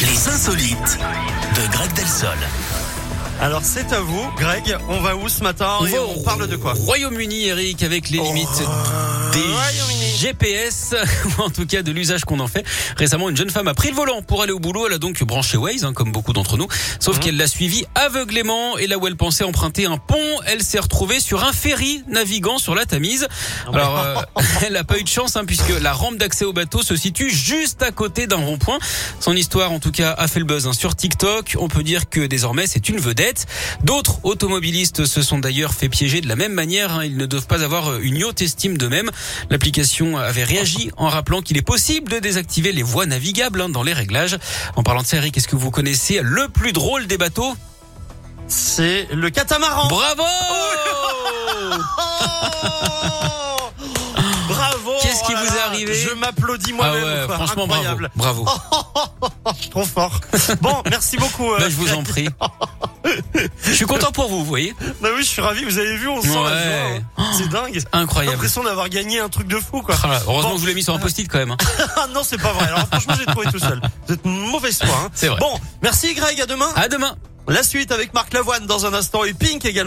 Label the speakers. Speaker 1: Les insolites de Greg Delsol.
Speaker 2: Alors c'est à vous, Greg. On va où ce matin et
Speaker 3: va
Speaker 2: on
Speaker 3: au
Speaker 2: parle de quoi Oh.
Speaker 3: Royaume-Uni, Eric, avec les limites
Speaker 2: Royaume-Uni.
Speaker 3: des GPS, ou en tout cas de l'usage qu'on en fait. Récemment, une jeune femme a pris le volant pour aller au boulot. Elle a donc branché Waze, hein, comme beaucoup d'entre nous.
Speaker 2: Mhm.
Speaker 3: Sauf qu'elle l'a suivi aveuglément et là où elle pensait emprunter un pont, elle s'est retrouvée sur un ferry naviguant sur la Tamise.
Speaker 2: Ah
Speaker 3: Alors, euh, elle n'a pas eu de chance, hein, puisque la rampe d'accès au bateau se situe juste à côté d'un rond-point. Son histoire, en tout cas, a fait le buzz hein, sur TikTok. On peut dire que désormais, c'est une vedette. D'autres automobilistes se sont d'ailleurs fait piéger de la même manière. hein. Ils ne doivent pas avoir une haute estime d'eux-mêmes. L'application avait réagi en rappelant qu'il est possible de désactiver les voies navigables hein, dans les réglages. En parlant de ça, Eric, est-ce que vous connaissez le plus drôle des bateaux
Speaker 2: C'est le catamaran.
Speaker 3: Bravo Ah
Speaker 2: Oh bravo.
Speaker 3: Qu'est-ce qui
Speaker 2: Oh là
Speaker 3: vous est
Speaker 2: là,
Speaker 3: arrivé
Speaker 2: Je m'applaudis
Speaker 3: Ah
Speaker 2: moi-même.
Speaker 3: ouais,
Speaker 2: quoi.
Speaker 3: franchement, bravo.
Speaker 2: Incroyable. Oh,
Speaker 3: Bravo.
Speaker 2: Je suis trop fort. Bon, merci beaucoup. euh,
Speaker 3: Bah, je vous en prie. Je suis content pour vous, vous voyez
Speaker 2: Bah oui, je suis ravi. Vous avez vu, on sent la
Speaker 3: Ouais. Oh.
Speaker 2: joie. hein. C'est dingue. J'ai
Speaker 3: Incroyable.
Speaker 2: l'impression d'avoir gagné un truc de fou, quoi.
Speaker 3: Ah là,
Speaker 2: Bon.
Speaker 3: heureusement que je vous l'ai mis sur un post-it quand même. hein.
Speaker 2: Ah non, c'est pas vrai. Alors franchement, j'ai trouvé tout seul. Vous êtes mauvais foi. hein.
Speaker 3: C'est vrai.
Speaker 2: Bon, merci Greg. À demain.
Speaker 3: À demain
Speaker 2: La suite avec Marc Lavoine dans un instant et Pink également.